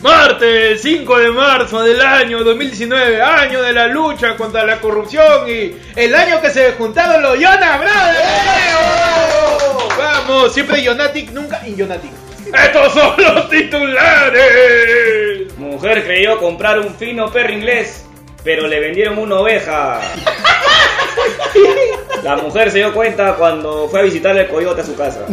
Martes 5 de marzo del año 2019, año de la lucha contra la corrupción y el año que se juntaron los Jonas Brothers. Vamos, siempre Jonatic, nunca Injonatic. Estos son los titulares. Mujer creyó comprar un fino perro inglés, pero le vendieron una oveja. La mujer se dio cuenta cuando fue a visitar el coyote a su casa.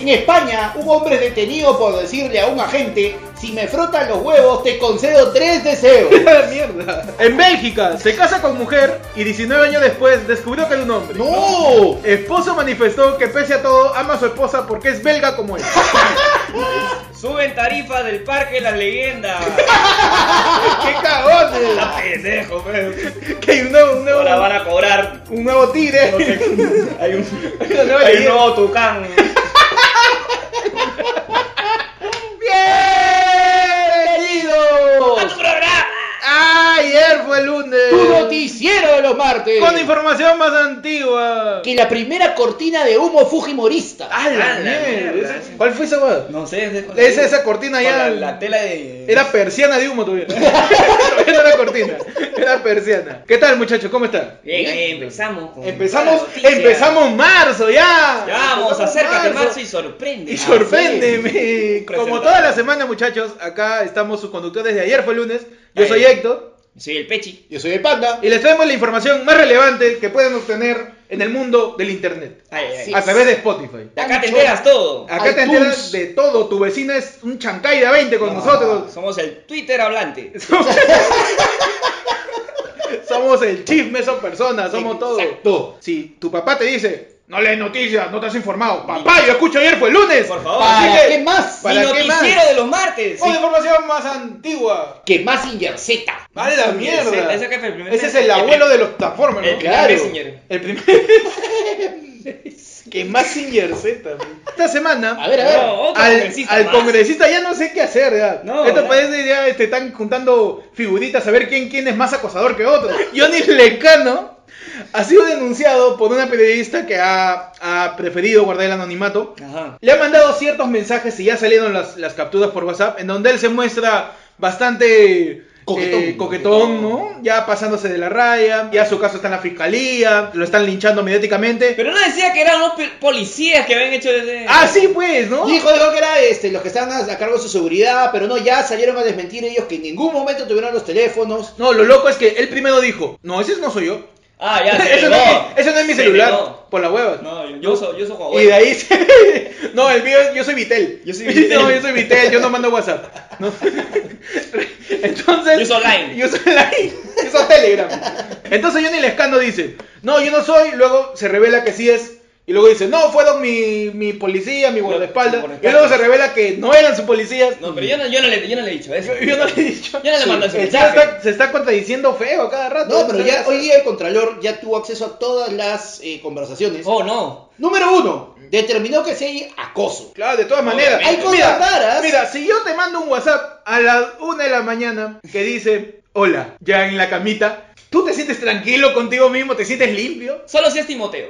En España, un hombre es detenido por decirle a un agente, si me frotan los huevos te concedo tres deseos. La mierda. En Bélgica, se casa con mujer y 19 años después descubrió que era un hombre. ¡No! Esposo manifestó que pese a todo ama a su esposa porque es belga como él. Suben tarifas del parque las leyendas. ¡Qué cagones! Está pendejo, pe. Que hay un nuevo, un Ahora nuevo, van a cobrar. un nuevo tigre. no sé, hay un, Hay una nueva hay un leyenda. nuevo tucán. ¡Bienvenidos! ¡A tu programa! Ayer fue el lunes. Tu noticiero de los martes. Con información más antigua. Que la primera cortina de humo fujimorista. ¡Ah, Ah, la la mierda! mierda. Ese- ¿Cuál fue esa weá? No sé, es de- Esa, esa cortina con ya. La, la tela de. Era persiana de humo todavía. Todavía no era cortina. Era persiana. ¿Qué tal, muchachos? ¿Cómo están? Bien, ahí empezamos. con Empezamos, la noticia. empezamos marzo ya. Ya Vamos, Empezamos acércate, Marzo, y sorprende. Y Ah, sorpréndeme. sí. Como toda la semana, muchachos, acá estamos sus conductores de ayer fue lunes. Yo Ahí. soy Héctor Soy el Pechi. Yo soy el panda. y les traemos la información más relevante que pueden obtener en el mundo del internet Ay, ay, ay. a través de Spotify. Acá te enteras todo. Acá te iTunes. enteras de todo. Tu vecina es un chancay de 20 con nosotros. Somos el Twitter hablante. Somos el chisme, son personas, somos todo. Exacto. Si tu papá te dice, no lees noticias, no te has informado. Papá, yo escucho ayer fue lunes. Por favor. ¿Para Así que- qué más? ¿Para Mi qué más? noticiero de los martes. Con información más antigua. Que más Ingerseta. Vale la Ese- mierda. ese que fue el primer- Ese es el abuelo de los platformers, El ¿no? primer Claro. Messenger. El primer. que más Singer Z. man. Esta semana. A ver, a ver. No, otro al, congresista al más. congresista ya no sé qué hacer, ya. No, Estos ya. países ya este, están juntando figuritas a ver quién, quién es más acosador que otro. Johnny Lecano ha sido denunciado por una periodista que ha, ha preferido guardar el anonimato. Ajá. Le ha mandado ciertos mensajes y ya salieron las, las capturas por WhatsApp, en donde él se muestra bastante Coquetón. eh, coquetón, ¿no? Ya pasándose de la raya, ya su caso está en la fiscalía, lo están linchando mediáticamente. Pero no decía que eran los pe- policías que habían hecho ese. Ah, sí, pues, ¿no? Dijo algo que era este, los que estaban a, a cargo de su seguridad, pero no, ya salieron a desmentir ellos que en ningún momento tuvieron los teléfonos. No, lo loco es que él primero dijo, no, ese no soy yo. Ah, ya. se Eso no, negó. es, mi- ese no es mi Se celular, negó. por la hueva. No, yo, yo soy, yo soy Y de ahí se... No, el mío es- yo soy Vitel. Yo soy Vitel. No, yo soy Vitel, yo no mando WhatsApp. No. Entonces... Yo soy Line. Yo soy Line. Yo soy Telegram. Entonces Johnny Lescano dice, no, yo no soy, luego se revela que sí es. Y luego dice, no, fueron mi, mi policía, mi guardaespaldas. Y guardaespaldas. luego se revela que no eran sus policías. No, pero yo no, yo no le, yo no le he dicho eso. Yo, yo no le he dicho. Yo no le mando ese El tío mensaje. está- se está contradiciendo feo a cada rato. No, pero ya hoy día el Contralor ya tuvo acceso a todas las eh, conversaciones. Oh, no. Número uno, determinó que sí hay acoso. Claro, de todas maneras. Hay cosas mira, raras. Mira, si yo te mando un WhatsApp a las 1 de la mañana que dice, hola, ya en la camita, ¿tú te sientes tranquilo contigo mismo? ¿Te sientes limpio? Solo si es Timoteo.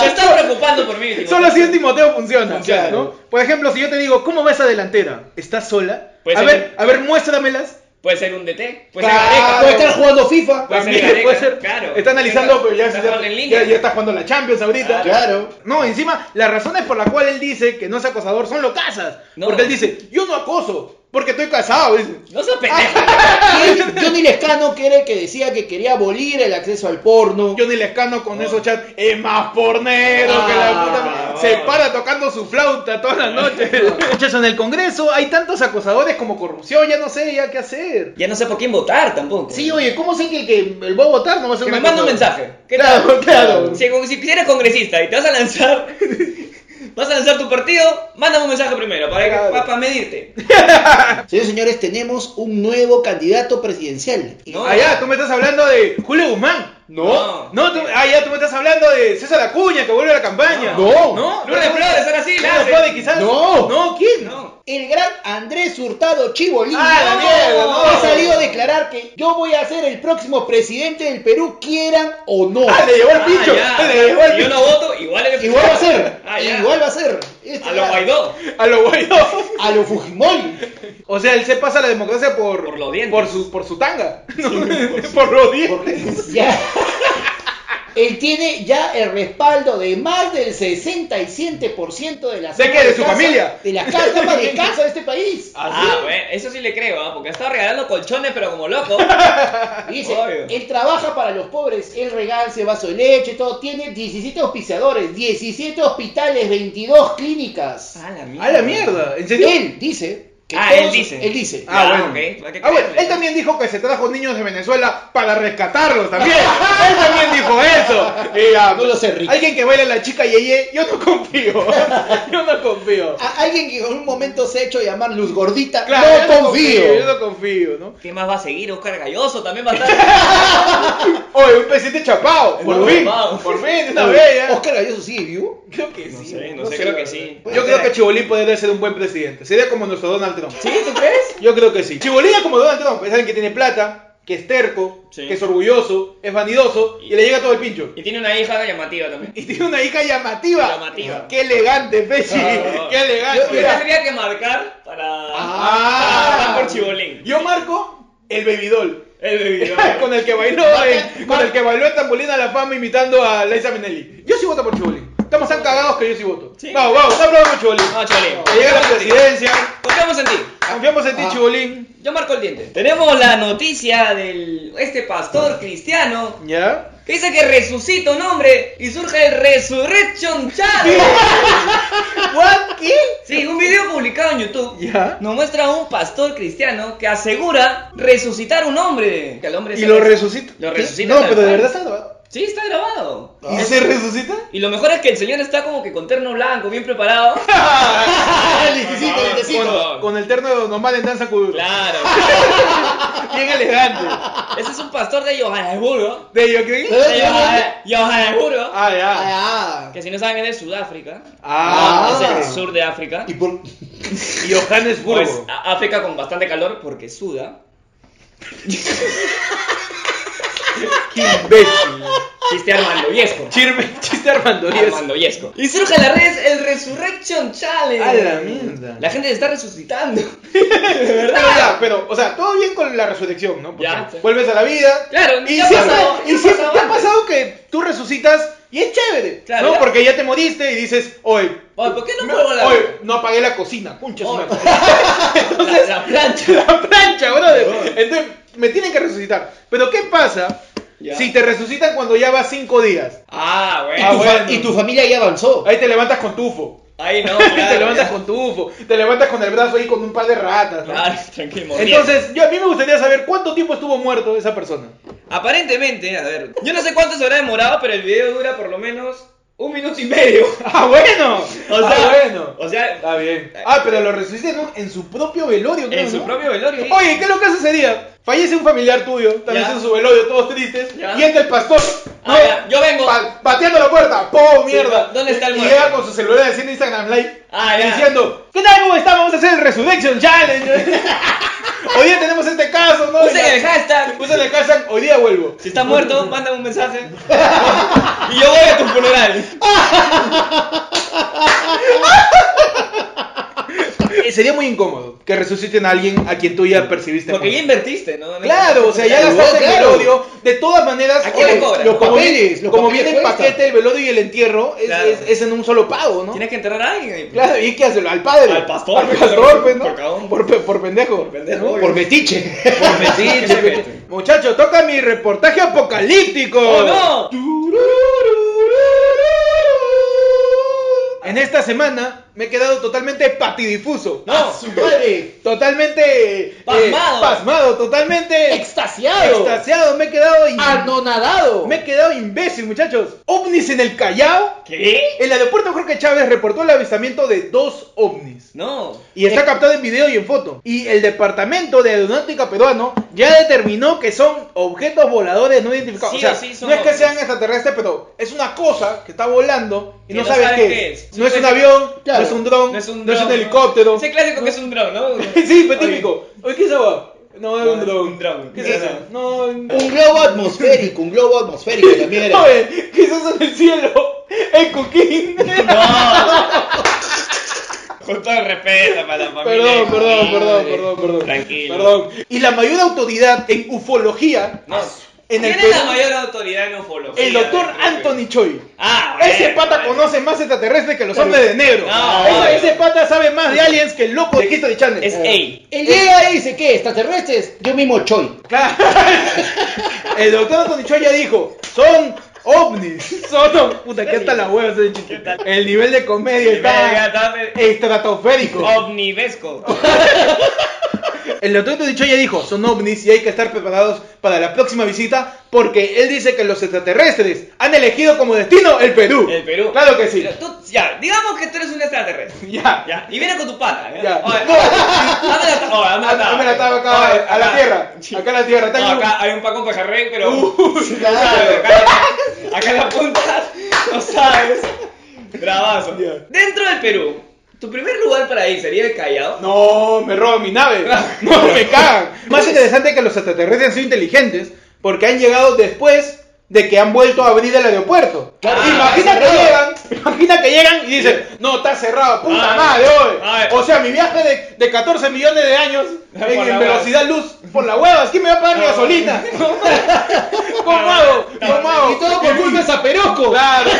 Se está preocupando por mí. Timoteo. Solo si es Timoteo funciona, Funciona. ¿no? Por ejemplo, si yo te digo, ¿cómo ves a delantera? ¿Estás sola? Pues a sí. ver, a ver, muéstramelas. Puede ser un DT. Puede ser Claro, puede estar Gareca. jugando FIFA. Puede ser También Gareca, Pues puede ser. Pues claro. Está analizando, pero ya, Está ya, jugando en línea. ya- ya está jugando la Champions ahorita. Claro. No, encima, las razones por las cuales él dice que no es acosador son locasas. No. Porque él dice, yo no acoso, porque estoy casado. dice. No seas pendejo. Ah. ¿Quién? Johnny Lescano, que era el que decía que quería abolir el acceso al porno. Johnny Lescano con esos chats es más pornero que la puta. Ah, madre. se para tocando su flauta todas las noches. Muchachos, en el Congreso hay tantos acosadores como corrupción, ya no sé ya qué hacer. Ya no sé por quién votar tampoco. Sí, oye, ¿cómo sé que el que el va a votar no va a ser que un me manda un acosador? mensaje. ¿Qué Claro, tal? claro. Si, si eres congresista y te vas a lanzar, vas a lanzar tu partido, mándame un mensaje primero para, que- Claro. pa- para medirte. Señores, señores, tenemos un nuevo candidato presidencial. No. Allá, tú me estás hablando de Julio Guzmán. No. No, tú, allá tú me estás hablando de César Acuña que vuelve a la campaña. No. No, Lourdes Flores, ahora sí, la Lourdes hace. Flores, quizás. No. No, ¿quién? No. El gran Andrés Hurtado Chibolín Ah, la mierda, no. ha salido a declarar que yo voy a ser el próximo presidente del Perú, quieran o no. Ah, le llevó el Ah, pincho. ya. Le llevó el Si yo pincho. no voto, igual es Igual va a ser. Ah, ya. Igual va a ser. Este A lo va- Guaidó. A lo Guaidó. A lo Fujimori. O sea, él se pasa la democracia por, Por los dientes. por su, por su tanga. ¿no? por los dientes. Porque ya. Él tiene ya el respaldo de más del 67% de las ¿De qué? amas ¿De su casa- familia? De las casas amas de casa de este país. Ah, bueno, eso sí le creo, ¿ah? porque ha estado regalando colchones, pero como loco. Ah, Dice, Obvio. él trabaja para los pobres, él regala ese vaso de leche, todo. Tiene 17 auspiciadores, 17 hospitales, 22 clínicas. la A la mierda. ¿En serio? Él dice. que Ah, todos- él dice. Él dice. Ah, bueno. Ya, ok, hay que Ah, bueno, creerle. Él también dijo que se trajo niños de Venezuela para rescatarlos también. él también dijo eso. Y, ah, No lo sé, Rick. Alguien que baila la chica Yeye, yo no confío. yo no confío. A alguien que en un momento se ha hecho llamar luz gordita, Claro, yo no confío. Yo no confío, ¿no? ¿Qué más va a seguir? Oscar Galloso también va a estar. Oye, un presidente chapao. Por No, fin. chapao. Por fin, de una Uy, vez ya. Oscar Galloso sigue vivo. Creo que sí. sé, no sé, creo que sí. Yo creo que Chibolín podría ser un buen presidente. Sería como nuestro Donald Trump. ¿Sí? ¿Tú crees? Yo creo que sí. Chibolín es como Donald Trump. Es alguien que tiene plata, que es terco, Sí. que es orgulloso, es vanidoso y le llega todo el pincho. Y tiene una hija llamativa también. Y tiene una hija llamativa. Llamativa. Qué elegante, Pechi. Ah. Qué elegante. Yo- Yo Mira. tendría que marcar para. Ah. para marcar por Chibolín. Yo marco el babydoll. El bebido. con el que bailó en, con el que bailó en Tambolina la fama imitando a Liza Minnelli. Yo sí voto por Chibolín. Estamos tan cagados que yo sí voto. Sí. Ah, Vamos, vamos, está bravo por Chibolín. No, Chibolín. Que llega a la presidencia. Confiamos en ti. Confiamos en ti, Ah. Chibolín. Yo marco el diente. Tenemos la noticia del este pastor cristiano ¿Ya? que dice que resucita un hombre y surge el Resurrection Challenge. ¿Qué? Sí, un video publicado en YouTube Ya. nos muestra a un pastor cristiano que asegura resucitar un hombre. Que al hombre Y se lo res- resucita. Lo ¿Qué? resucita No, tal pero de cual. Ah. verdad Ah. está grabado. Sí, está grabado. ¿Y se resucita? Y lo mejor es que el señor está como que con terno blanco, bien preparado. Ah, necesito, Ah, necesito. bueno. Con, con el terno de normal en danza cubana. Claro. Bien elegante. Ese es un pastor de Johannesburgo. ¿De yo creí? ¿Eh? De Johanne- Johannesburgo. Ah, ya. Ah, Que si no saben, es de Sudáfrica. Ah. es el sur de África. y por... Y Johannesburgo. Pues, a- África con bastante calor porque suda. Qué imbécil. Chiste Armando Yesco. Chirme, chiste Armando Díaz. Armando Yesco. Y surge en las redes el Resurrection Challenge. A la mierda. La gente se está resucitando. Pero ya, pero, o sea, todo bien con la resurrección, ¿no? Porque Ya. vuelves a la vida. Claro, y ya siempre, pasó, y ya siempre pasó te ha antes. pasado que tú resucitas y es chévere, Claro, ¿no? ya. Porque ya te moriste y dices, oye, Oye, ¿por qué no me- puedo la- oye, no apagué la cocina, concha su Oye, madre. la, la plancha. La plancha, brother. Entonces, me tienen que resucitar. Pero, ¿qué pasa Ya. si te resucitan cuando ya vas cinco días? Ah, y, bueno. Ah, tu fa- bueno. y tu familia ya avanzó. Ahí te levantas con tufo. Ahí no. te claro, levantas ya. con tufo. Te levantas con el brazo ahí con un par de ratas, ¿no? Claro, tranquilo. Entonces, yo a mí me gustaría saber cuánto tiempo estuvo muerto esa persona. Aparentemente, a ver, yo no sé cuánto se habrá demorado, pero el video dura por lo menos un minuto y medio. ¡Ah, bueno! O O sea, Ah, bueno! O sea, Está bien. Ah, pero lo resucitan en su propio velorio, creo, en su ¿no? propio velorio. ¿eh? Oye, ¿qué es lo que hace ese día? Fallece un familiar tuyo, tal vez Ya. en su velorio, todos tristes, Ya. y entra el pastor. Ah, ya, yo vengo. pa- bateando la puerta, ¡po, mierda! ¿Dónde está el Y muerto? llega con su celular haciendo Instagram Live, Ah, ya. diciendo, ¿qué tal, cómo está? Vamos a hacer el Resurrection Challenge. Hoy día tenemos este caso, ¿no? Usen el hashtag. Usen el hashtag, hoy día vuelvo. Si está muerto, mándame un mensaje. y yo voy a tu funeral. Eh, Sería muy incómodo que resuciten a alguien a quien tú ya percibiste. Porque muerto. ya invertiste, ¿no? Claro, o sea, ya Claro, gastaste el claro. velodio. De todas maneras, ¿A quién le cobran? los Los como papeles, viene- los como papeles viene el cuestan. paquete, el velodio y el entierro, es, Claro. es- es en un solo pago, ¿no? Tienes que enterrar a alguien. eh. ahí. Claro, ¿y qué hace? Al padre. Al pastor, Al pues, pastor, pues, ¿no? por cagón. Por, pe- por pendejo. pendejo, ¿no? obvio. Por metiche. Por mentir, metiche, pe- Muchacho, toca mi reportaje apocalíptico. ¡Oh, no! En esta semana me he quedado totalmente patidifuso. No. Su madre. Totalmente eh, Pasmado. pasmado, totalmente Extasiado. extasiado, me he quedado in- Ah, Anonadado. me he quedado imbécil, muchachos. OVNIs en el Callao. ¿Qué? El aeropuerto Jorge Chávez reportó el avistamiento de dos ovnis. No. Y está captado en video y en foto. Y el departamento de aeronáutica peruano ya determinó que son objetos voladores no identificados. Sí o sea, o sí son no es que ovnis. sean extraterrestres, pero es una cosa que está volando y Que no, no sabes sabes qué, qué es. es. No es un Simplemente- avión, Claro. no es un dron, no es un, helicóptero. Ese clásico que es un dron, ¿no? Sí, fue típico. Oye, ¿qué es eso? No, es No, un dron. un Eh, dron. ¿Qué es eso? Mierda. No, Un globo atmosférico, un globo atmosférico. La mierda. Oye, ¿qué es eso en el cielo? en Coquín. Con todo el respeto para la familia. Perdón, perdón, Sí, perdón, madre. perdón, perdón. Tranquilo. Perdón. Y la mayor autoridad en ufología No. en el ¿Quién Perú, es la mayor autoridad en ufología? el doctor Creo que- Anthony Choi. Ah, Ese bueno, pata bueno. conoce más extraterrestres que los hombres de negro. No, ese, bueno. ese pata sabe más de aliens que el loco de History Channel. Es Eh. A. Él llega y dice, ¿qué? ¿Extraterrestres? Yo mismo Choi. Claro. El doctor Anthony Choi ya dijo, son ovnis. Son... Puta, ¿qué tal la hueva? ese chiste? El nivel de Oh. comedia está Está... estratosférico. Omnivesco. El doctor dicho ya dijo, son ovnis y hay que estar preparados para la próxima visita porque él dice que los extraterrestres han elegido como destino el Perú. El Perú. Claro que sí. Pero tú- ya, digamos que tú eres un extraterrestre. Ya. Ya, y viene con tu pata. ¿eh? Ya. Oye, No. dame la taba, dame Ah, la taba. me la estaba acá, Oye, a la acá. tierra. ah, Acá a la tierra. Está No, en un- acá hay un Paco Pajarrey, pero. Uy, Claro, acá, acá en la punta, no sabes. Bravazo. Ya. Dentro del Perú, tu primer lugar para ir sería el Callao. No, me roban mi nave. No, me cagan. Más interesante que los extraterrestres han sido inteligentes porque han llegado después de que han vuelto a abrir el aeropuerto. Claro, imagina está que cerrado. llegan, imagina que llegan y dicen, no, está cerrado, puta Ay, madre, oye. ay. O sea, mi viaje de, de 14 millones de años Por en, la en velocidad luz, por la hueva, ¿quién me va a pagar mi No. gasolina? ¿Cómo hago? ¿Cómo hago? Y todo por culpa de Zaperosco. Claro.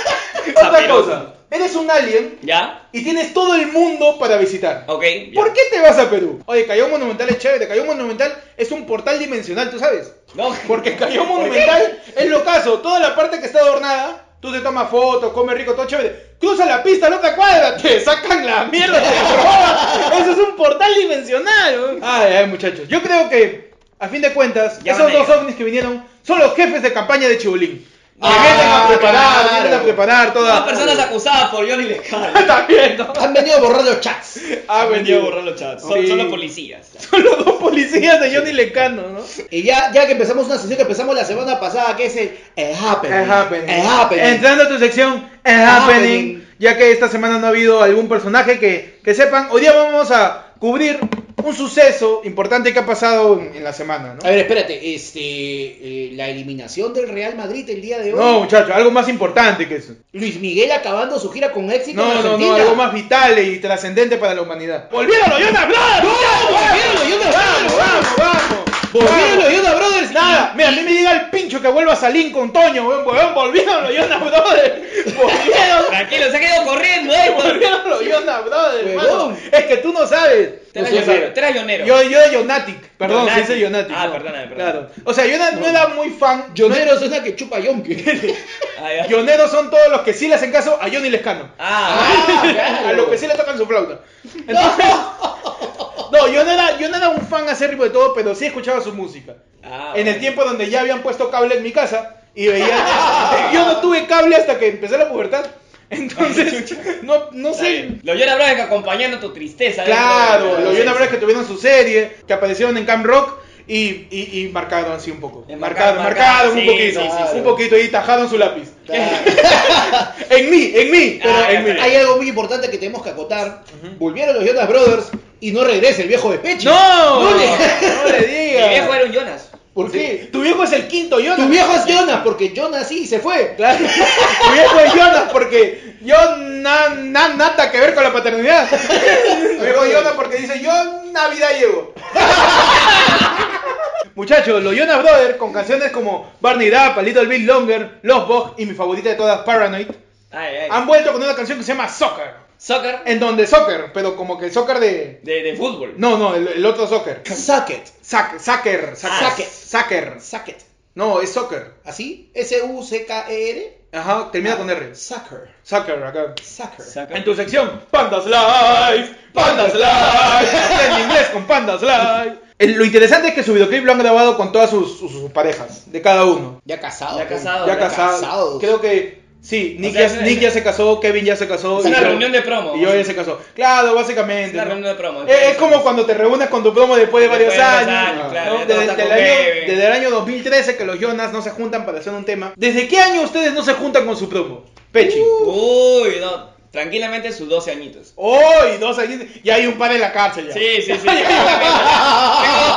Otra Zaperoso. cosa, eres un alien ¿Ya? y tienes todo el mundo para visitar. Ok. Ya. ya. ¿Por qué te vas a Perú? Oye, Callao Monumental es chévere. Callao Monumental es un portal dimensional, ¿tú sabes? No, Porque Callao Monumental es lo caso. Toda la parte que está adornada, tú te tomas fotos, comes rico, todo chévere. Cruza la pista, loca cuadra, te sacan la mierda, te roban. Eso es un portal dimensional. weón. Ay, ay, muchachos. Yo creo que, a fin de cuentas, Ya esos van a dos llegar. ovnis que vinieron son los jefes de campaña de Chibolín. Que Ah, vienen a preparar, claro. vienen a preparar toda. Dos personas acusadas por Johnny Lescal. También, ¿no? Han venido a borrar los chats. Ah, Han venido a venido. borrar los chats. Son, Sí. son los policías. Son los dos policías de Johnny Lecano, ¿no? Y ya, ya que empezamos una sesión que empezamos la semana pasada, que es el It Happening. It's happening. It happening. Entrando a tu sección, es happening. happening. Ya que esta semana no ha habido algún personaje que, que sepan, hoy día vamos a cubrir un suceso importante que ha pasado en, en la semana, A ¿no? ver, espérate, este, eh, la eliminación del Real Madrid el día de hoy. No, muchachos, algo más importante que eso. Luis Miguel acabando su gira con éxito en No, no, Argentina. no, algo más vital y trascendente para la humanidad. ¡Volvieron los Jonas Brothers! volvieron los Jonas ¡Vamos, Brothers! vamos, vamos! Volvieron ¡Vamos! los Jonas Brothers, Nada, nada. mira, a mí me llega el pincho que vuelva a salir con Toño, weón, weón, volvieron los Jonas Brothers, volvieron, Tranquilo, se ha quedado corriendo, eh, weón. volvieron los Jonas Brothers, hermano, Huevón. es que tú no sabes, Te era Pues, o sea, llonero, te era llonero. Yo, yo de Yonatic, perdón, Yonatic. se dice Yonatic. Ah, no. perdóname, perdón. Claro. O sea, yo no, no era muy fan. Jonero es la que chupa yonke. Ah, ya. Yoneros son todos los que sí le hacen caso a Johnny Lescano. Ah, Ah, A los claro. que sí le tocan su flauta. Entonces, no, yo no, era, yo no era un fan acérrimo de todo, pero sí escuchaba su música. Ah, en el bueno. tiempo donde ya habían puesto cable en mi casa y veía. yo no tuve cable hasta que empecé la pubertad. Entonces, no, no está sé. bien. Los Jonas Brothers que acompañando tu tristeza. dentro Claro, de- los Jonas Brothers que tuvieron su serie, que aparecieron en Camp Rock y, y, y marcaron así un poco. Eh, Marcaron, marcaron, marcaron un sí, poquito. sí, sí, sí. Un poquito y tajaron su lápiz. Claro. En mí, en mí, pero Ah, en mí. ya, Hay algo muy importante que tenemos que acotar. Volvieron los Jonas Brothers y no regresa el viejo de pecho. ¡No! No No le- le, Mi viejo digas. era un Jonas. ¿Por qué? Tu viejo es el quinto Jonas. Tu viejo es Jonas, porque Jonas sí se fue. Claro. Tu viejo es Jonas porque yo na, na- nada que ver con la paternidad. Tu viejo es Jonas porque dice yo Navidad llevo. Muchachos, los Jonas Brothers con canciones como Barney Rap, Little Bit Longer, Los Bog y mi favorita de todas, Paranoid, Ay, ay. han vuelto con una canción que se llama Soccer. Soccer En donde soccer, pero como que el soccer de. de, de fútbol. No, no, el, el otro soccer. Suck it. Sac- soccer, Ah, soccer, soccer. Suck it. No, es soccer. ¿Así? S-U-C-K-E-R. Ajá, termina con R. E Sucker. Soccer, acá. Sucker. Soccer. En tu sección, Pandas Live, Pandas Live, en inglés con Pandas Live. El- lo interesante es que su videoclip lo han grabado con todas sus, sus- sus parejas, de cada uno. Ya casado. Ya pues. casado. Ya casados. casados. Creo que sí, Nick, sea, ya, es- Nick ya se casó, Kevin ya se casó. Es y una yo- reunión de promo. Y yo ya se casó. Claro, básicamente. Es una ¿no? Eh, reunión de promo. Es, es como cuando te reúnes con tu promo después de varios Después de varios años. años, claro, ¿no? ya desde, todo está el con año- Kevin. desde el año 2013 que los Jonas no se juntan para hacer un tema. ¿Desde qué año ustedes no se juntan con su promo? Pechi. Uy, no. Tranquilamente sus 12 añitos. Hoy, dos años. Ya hay un par en la cárcel ya. Sí, sí, sí. Tengo un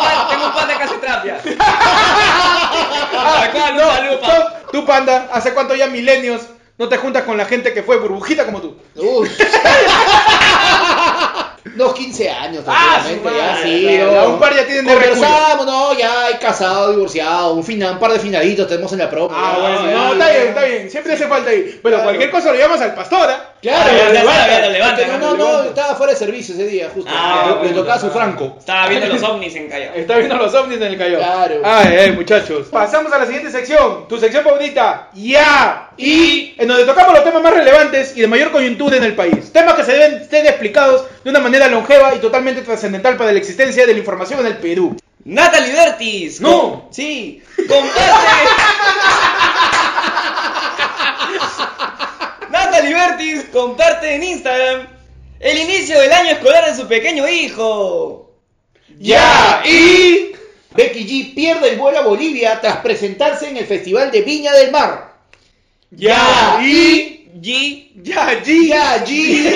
pan- tengo un pan de casa trapia. Al cual un saludo pa- Tú, panda, ¿hace cuánto ya milenios? No te juntas con la gente que fue burbujita como tú. Uy. Unos 15 años, Ah, tranquilamente, su ya madre, sí. claro, ¿no? un par ya tienen de Conversamos, no, ya hay casado, divorciado, un, final, un par de finaditos tenemos en la promo. Ah, ya, bueno, no, ya, ya. está bien, está bien. Siempre hace falta ahí. Pero Claro. cualquier cosa lo llamas al pastor, ¿ah? Claro, Ah, ya, ya, levanta, ya, ya, lo levanta, porque ya, no, lo no, levanta. estaba fuera de servicio ese día, justo. Ah, Le- bueno, le tocaba su franco. Estaba viendo los ovnis en Callao. Está viendo los ovnis en el callao. Claro. Ay, ay, muchachos. Pasamos a la siguiente sección. Tu sección favorita. ¡Ya! Y En donde tocamos los temas más relevantes y de mayor coyuntura en el país. Temas que se deben ser explicados de una manera longeva y totalmente trascendental para la existencia de la información en el Perú. Natalie Bertis. No. com- sí. Comparte. Natalie Bertis comparte en Instagram el inicio del año escolar de su pequeño hijo. ¡Ya! Y... Becky G pierde el vuelo a Bolivia tras presentarse en el Festival de Viña del Mar. ¡Ya! Y... G. ¡Ya! Y... Ya, G.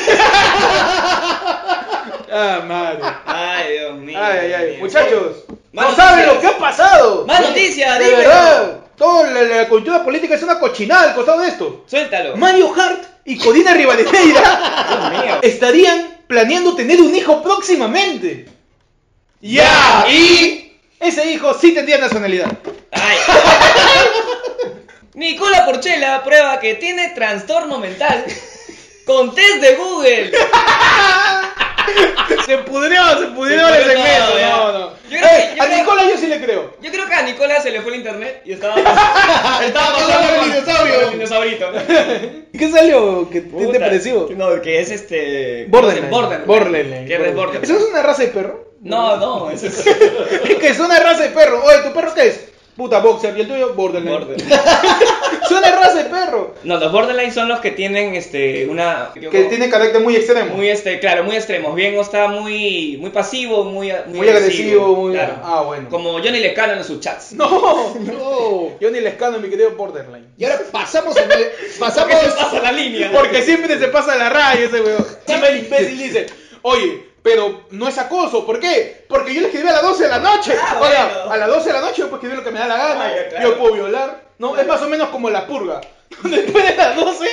¡Ah, madre! Ay, Dios mío. ¡Ay, ay, ay! Dios mío. Muchachos, Más no saben noticias. lo que ha pasado. Más noticias, De dímelo. verdad, toda la, la coyuntura política es una cochinada al costado de esto. Suéltalo. Mario Hart y Codina Rivadeneira Dios mío. estarían planeando tener un hijo próximamente. ¡Ya! Y ese hijo sí tendría nacionalidad. Ay. Nicola Porchela prueba que tiene trastorno mental con test de Google. Se pudrió, se pudrió Se el pudrió segmento. todo, ya. No, no. Yo creo Eh, que- yo a creo- Nicola yo sí le creo. Yo creo que a Nicola se le fue el internet y estaba pasando, estaba Estaba pasando con el dinosaurio. con el dinosaurito. ¿Qué salió? Que es Puta. depresivo. No, que es este. Borderline. Borderline. Borderline. Que es ¿Eso Borderline. es una raza de perro? No, no, eso es. este. Es que es una raza de perro. Oye, ¿tu perro qué es? Puta boxer. ¿Y el tuyo? Borderline. Borderline. Es una raza de perro. No, los Borderline son los que tienen este. Una. Que tiene carácter muy extremo. Muy este, claro, muy extremos. Bien, o está muy, muy pasivo, muy, muy, Muy agresivo, muy- claro. ah, bueno. Como Johnny Lecano en sus chats. No, No. yo ni le escano mi querido Borderline. Y ahora pasamos en el- ¿Por qué pasamos se pasa la línea? Porque siempre se pasa la raya ese weón. Siempre el imbécil dice, oye, pero no es acoso. ¿Por qué? Porque yo le escribí a las 12 de la noche. Ah, o sea, bueno. a las 12 de la noche yo puedo escribir lo que me da la gana. Ah, ya, claro. Yo puedo violar. No, es más o menos como la purga. Después de las 12,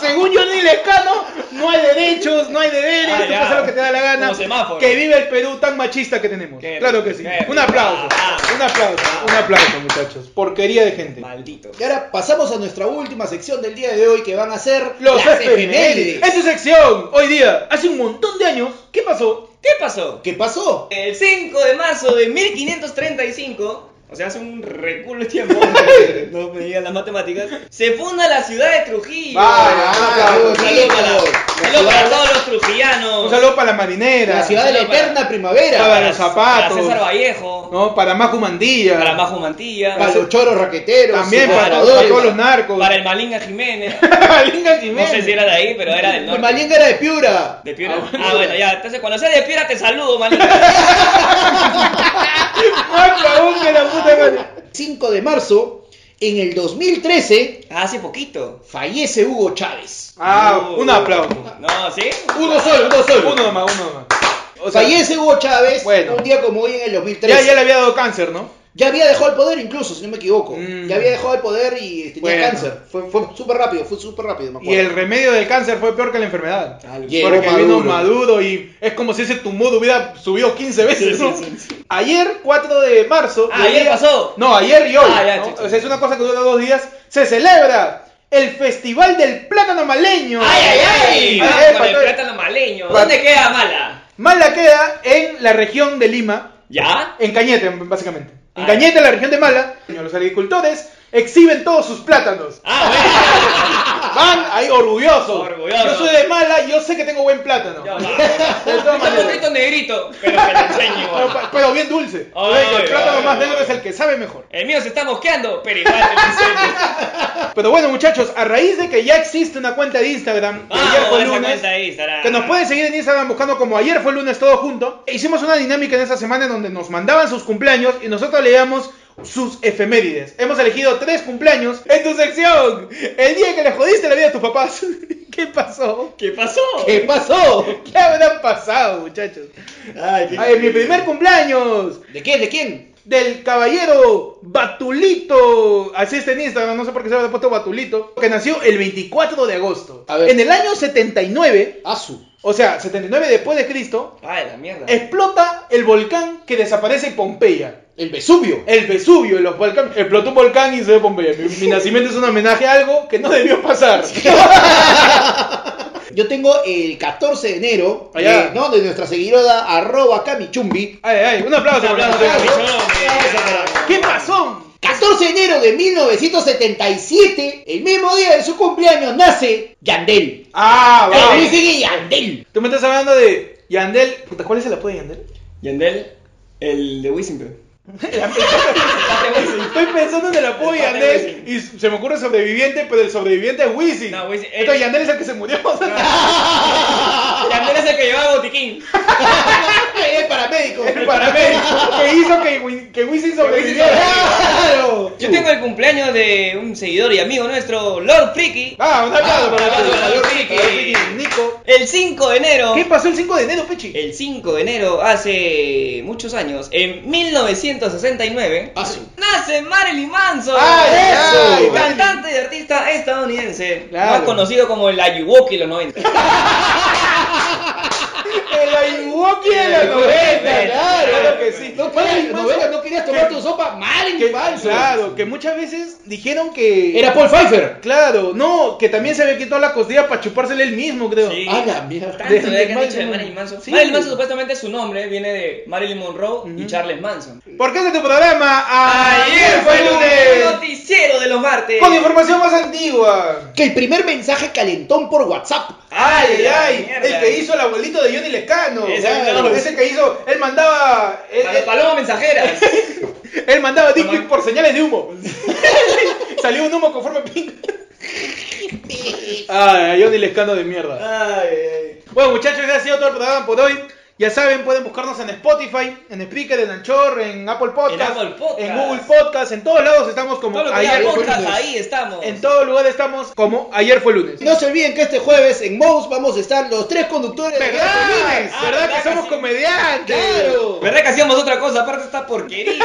según yo ni le escano, no hay derechos, no hay deberes, Ah, tú ya. puedes hacer lo que te da la gana. Como semáforo. Que vive el Perú tan machista que tenemos. Qué claro rico, que sí. qué rico. Un aplauso. Ah, ah. Un aplauso. Un aplauso, muchachos. Porquería de gente. Maldito. y ahora pasamos a nuestra última sección del día de hoy que van a ser Los las efemérides. efemérides. En su sección, hoy día, hace un montón de años, ¿qué pasó? ¿Qué pasó? ¿Qué pasó? El 5 de marzo de 1535, o sea, hace un reculo de tiempo, no me digan las matemáticas, se funda la ciudad de Trujillo. Vaya, Ah, un aplauso, Un saludo para, un saludo para todos los trujillanos. Un saludo para la marinera. La ciudad de la Para- eterna primavera. Para los zapatos. Para César Vallejo. No, para Macu Mandilla. Para Majo Mantilla. Para los choros raqueteros. También para, separadores. para todos los narcos. Para el Malinga Jiménez. Para Linga No Jiménez. sé si era de ahí, pero era del El norte. Malinga era de Piura. ¿De Piura? Ah, bueno, ya. Entonces, cuando seas de Piura, te saludo, Malinga. Ah, cabrón, que la puta madre. 5 de marzo, en el 2013, Hace poquito. Uh. fallece Hugo Chávez. Ah, un aplauso. No, ¿sí? Uno solo, uno solo. Uno nomás, uno nomás. O sea, Fallece Hugo Chávez Bueno. un día como hoy en el 2013. ya, ya le había dado cáncer, ¿no? Ya había dejado el poder incluso, si no me equivoco. Mm. Ya había dejado el poder y eh, tenía Bueno. cáncer. Fue, fue súper rápido, fue súper rápido, me Y acuerdo. el remedio del cáncer fue peor que la enfermedad. Ah, Al- Porque Llegó vino Maduro. Maduro y es como si ese tumor hubiera subido 15 veces, Sí, ¿no? sí, Ayer, 4 de marzo. Ah, ayer día- pasó. No, ayer y hoy. Ah, ya, ¿no? sí, sí. O sea, es una cosa que dura dos días. Se celebra el Festival del Plátano Maleño. ¡Ay, ay, ay! Ay, Vamos ay, con el patrón. plátano maleño. Pat- ¿Dónde queda Mala? Mala queda en la región de Lima. ¿Ya? En Cañete, básicamente. En Ah, Cañete, la región de Mala, los agricultores exhiben todos sus plátanos. Ah, Van ahí orgullosos. Yo Orgullosos. soy de Mala, yo sé que tengo buen plátano. bueno. De todas Está un maneras. poquito negrito, pero te lo enseño Pero, igual. pa- pero bien dulce. Ay, O sea, que ay, el plátano ay, más ay. negro es el que sabe mejor. El mío se está mosqueando, pero igual te lo enseño. Pero bueno, muchachos, a raíz de que ya existe una cuenta de Instagram, que ayer Vamos fue Ah, a esa lunes, cuenta de Instagram. que nos pueden seguir en Instagram buscando como ayer fue lunes todo junto, e hicimos una dinámica en esta semana en donde nos mandaban sus cumpleaños y nosotros leíamos sus efemérides. Hemos elegido tres cumpleaños en tu sección. El día que le jodiste la vida a tus papás. ¿Qué pasó? ¿Qué pasó? ¿Qué pasó? ¿Qué habrán pasado, muchachos? Ay, qué- Ay, mi primer cumpleaños. ¿De quién? ¿De quién? del caballero Batulito. Así está en Instagram, no sé por qué se lo ha puesto Batulito. Que nació el 24 de agosto. A ver. En el año 79, Asu. o sea, 79 después de Cristo, Ah, de la mierda. explota el volcán que desaparece en Pompeya. El Vesubio. El Vesubio, los volcanes. Explotó un volcán y se ve Pompeya. Mi, mi nacimiento es un homenaje a algo que no debió pasar. Yo tengo el 14 de enero, Allá. eh, ¿no? De nuestra seguidora arroba camichumbi. Ay, ay, un aplauso. Un aplauso, eh, por eso. un aplauso. ¿Qué pasó? 14 de enero de 1977, el mismo día de su cumpleaños, nace Yandel. Ah, El va. dicen Yandel. Tú me estás hablando de Yandel. Puta, ¿cuál es el apodo de Yandel? Yandel, el de Wisimpe. Estoy pensando en el apodo de El pata Yandel y se me ocurre sobreviviente, pero el sobreviviente es Wisin. No, Wisin, eh. Entonces Yandel es el que se murió. o sea, Yandel es el que llevaba botiquín. El paramédico. El paramédico que hizo que, Wi- que Wisin sobreviviera. ¡Claro! Yo tengo el cumpleaños de un seguidor y amigo nuestro, Lord Friki. Ah, un aplauso Ah, para un el señor aplauso, Ricky. Ricky, Nico. El 5 de enero. ¿Qué pasó el 5 de enero, Pechi? El 5 de enero, hace muchos años, en 1969, Ah, sí. nace Marilyn Manson, ¡Ay, ay, Eso. Marilyn! cantante y artista estadounidense, Claro. más conocido como el Ayuwoki de los 90. El Ayuwoki de la El Ayuwoki, novela, claro. claro que sí. eh, No, querías- Marilyn no, Manson, venga, no querías tomar tu sopa. que- Marilyn Manson. Claro, que muchas veces dijeron que. Era Paul Pfeiffer. Claro, no, que también se había quitado la costilla para chupársela él mismo, creo. Sí. A Ah, la mierda. Tanto De- de que han de dicho de Marilyn Marilyn Manson. Sí. Marilyn Manson supuestamente su nombre viene de Marilyn Monroe y Ujú. Charles Manson. ¿Por qué es de tu programa? Ayer fue un lunes. noticiero de los martes. Con información más antigua. Que el primer mensaje calentón por WhatsApp. Ay, ay, ay. mierda. El que hizo el abuelito de Johnny Lescano. Ese Claro, mismo. Ese que hizo. Él mandaba. Él, A las él- palomas mensajeras. él mandaba dick Toma. pic por señales de humo. Salió un humo conforme pink. Ay, Johnny Lescano de mierda. Bueno, muchachos, ese ha sido todo el programa por hoy. Ya saben, pueden buscarnos en Spotify, en Spreaker, en Anchor, en Apple Podcast, En Apple Podcast. en Google Podcast, en todos lados estamos como Todo lo que ayer diga fue podcast, lunes. ahí estamos. En todo lugar estamos como ayer fue lunes. No se olviden que este jueves en Mouse vamos a estar los tres conductores de ¿Verdad? Ayer fue lunes. Ah, ¿Verdad que ¿verdad que somos sí? comediantes? Claro. ¿Verdad que hacíamos otra cosa aparte de esta porquería?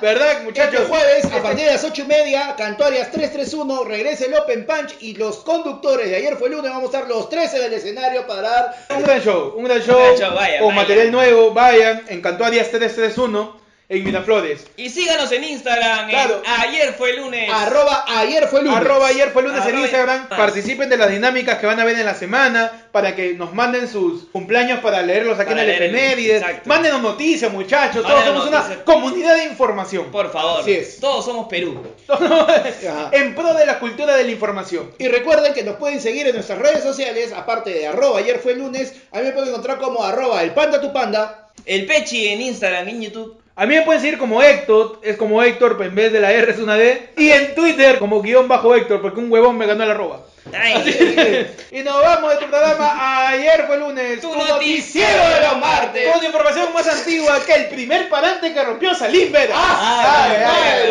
¿Verdad, Este muchachos? jueves, a partir de las 8 y media, Cantuarias 331, regresa el Open Punch y los conductores de ayer fue lunes, vamos a estar los tres en el escenario para dar... Un gran show, un gran show. Un gran show, vayan, con vayan. material nuevo, vayan. En Cantuarias 331, en Miraflores. Y síganos en Instagram. en Claro. ayer fue lunes. Arroba ayer fue lunes. Arroba ayer fue lunes en Arroba- Instagram. Ah. Participen de las dinámicas que van a ver en la semana para que nos manden sus cumpleaños para leerlos aquí Para en el leer el- efemérides. exacto. Mándenos noticias, muchachos. Todos Mándenos somos una noticias. comunidad de información. Por favor. Así es. Todos somos Perú. Ajá. En pro de la cultura de la información. Y recuerden que nos pueden seguir en nuestras redes sociales, aparte de arroba ayer fue lunes, a mí me pueden encontrar como arroba el panda tu panda. El Pechi en Instagram y en YouTube. A mí me pueden seguir como Héctor, es como Héctor, pero en vez de la R es una D. Y en Twitter como guión bajo Héctor, porque un huevón me ganó la arroba. Ay, Y nos vamos de tu programa. Ayer fue lunes. Tu noticiero de los martes. Con información más antigua que el primer parante que rompió Salimber. Ah, Ah, Ay, ay,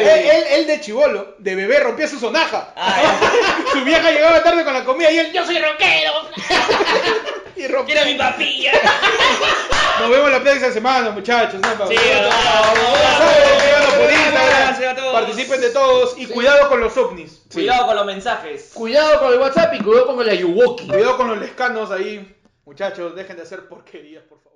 madre. él, él- él de chivolo, de bebé, rompió su sonaja. ay, Su vieja llegaba tarde con la comida y él, yo soy rockero. y rompió. quiero mi papilla. Nos vemos la próxima semana, muchachos. ¿no? Sí, Ya vamos, saben, síganos por vamos. Gracias a Instagram. todos. Participen de todos y cuidado con los ovnis. Cuidado con los mensajes. Cuidado con el WhatsApp y cuidado con el Ayuwoki. Cuidado con los lescanos ahí. Muchachos, dejen de hacer porquerías, por favor.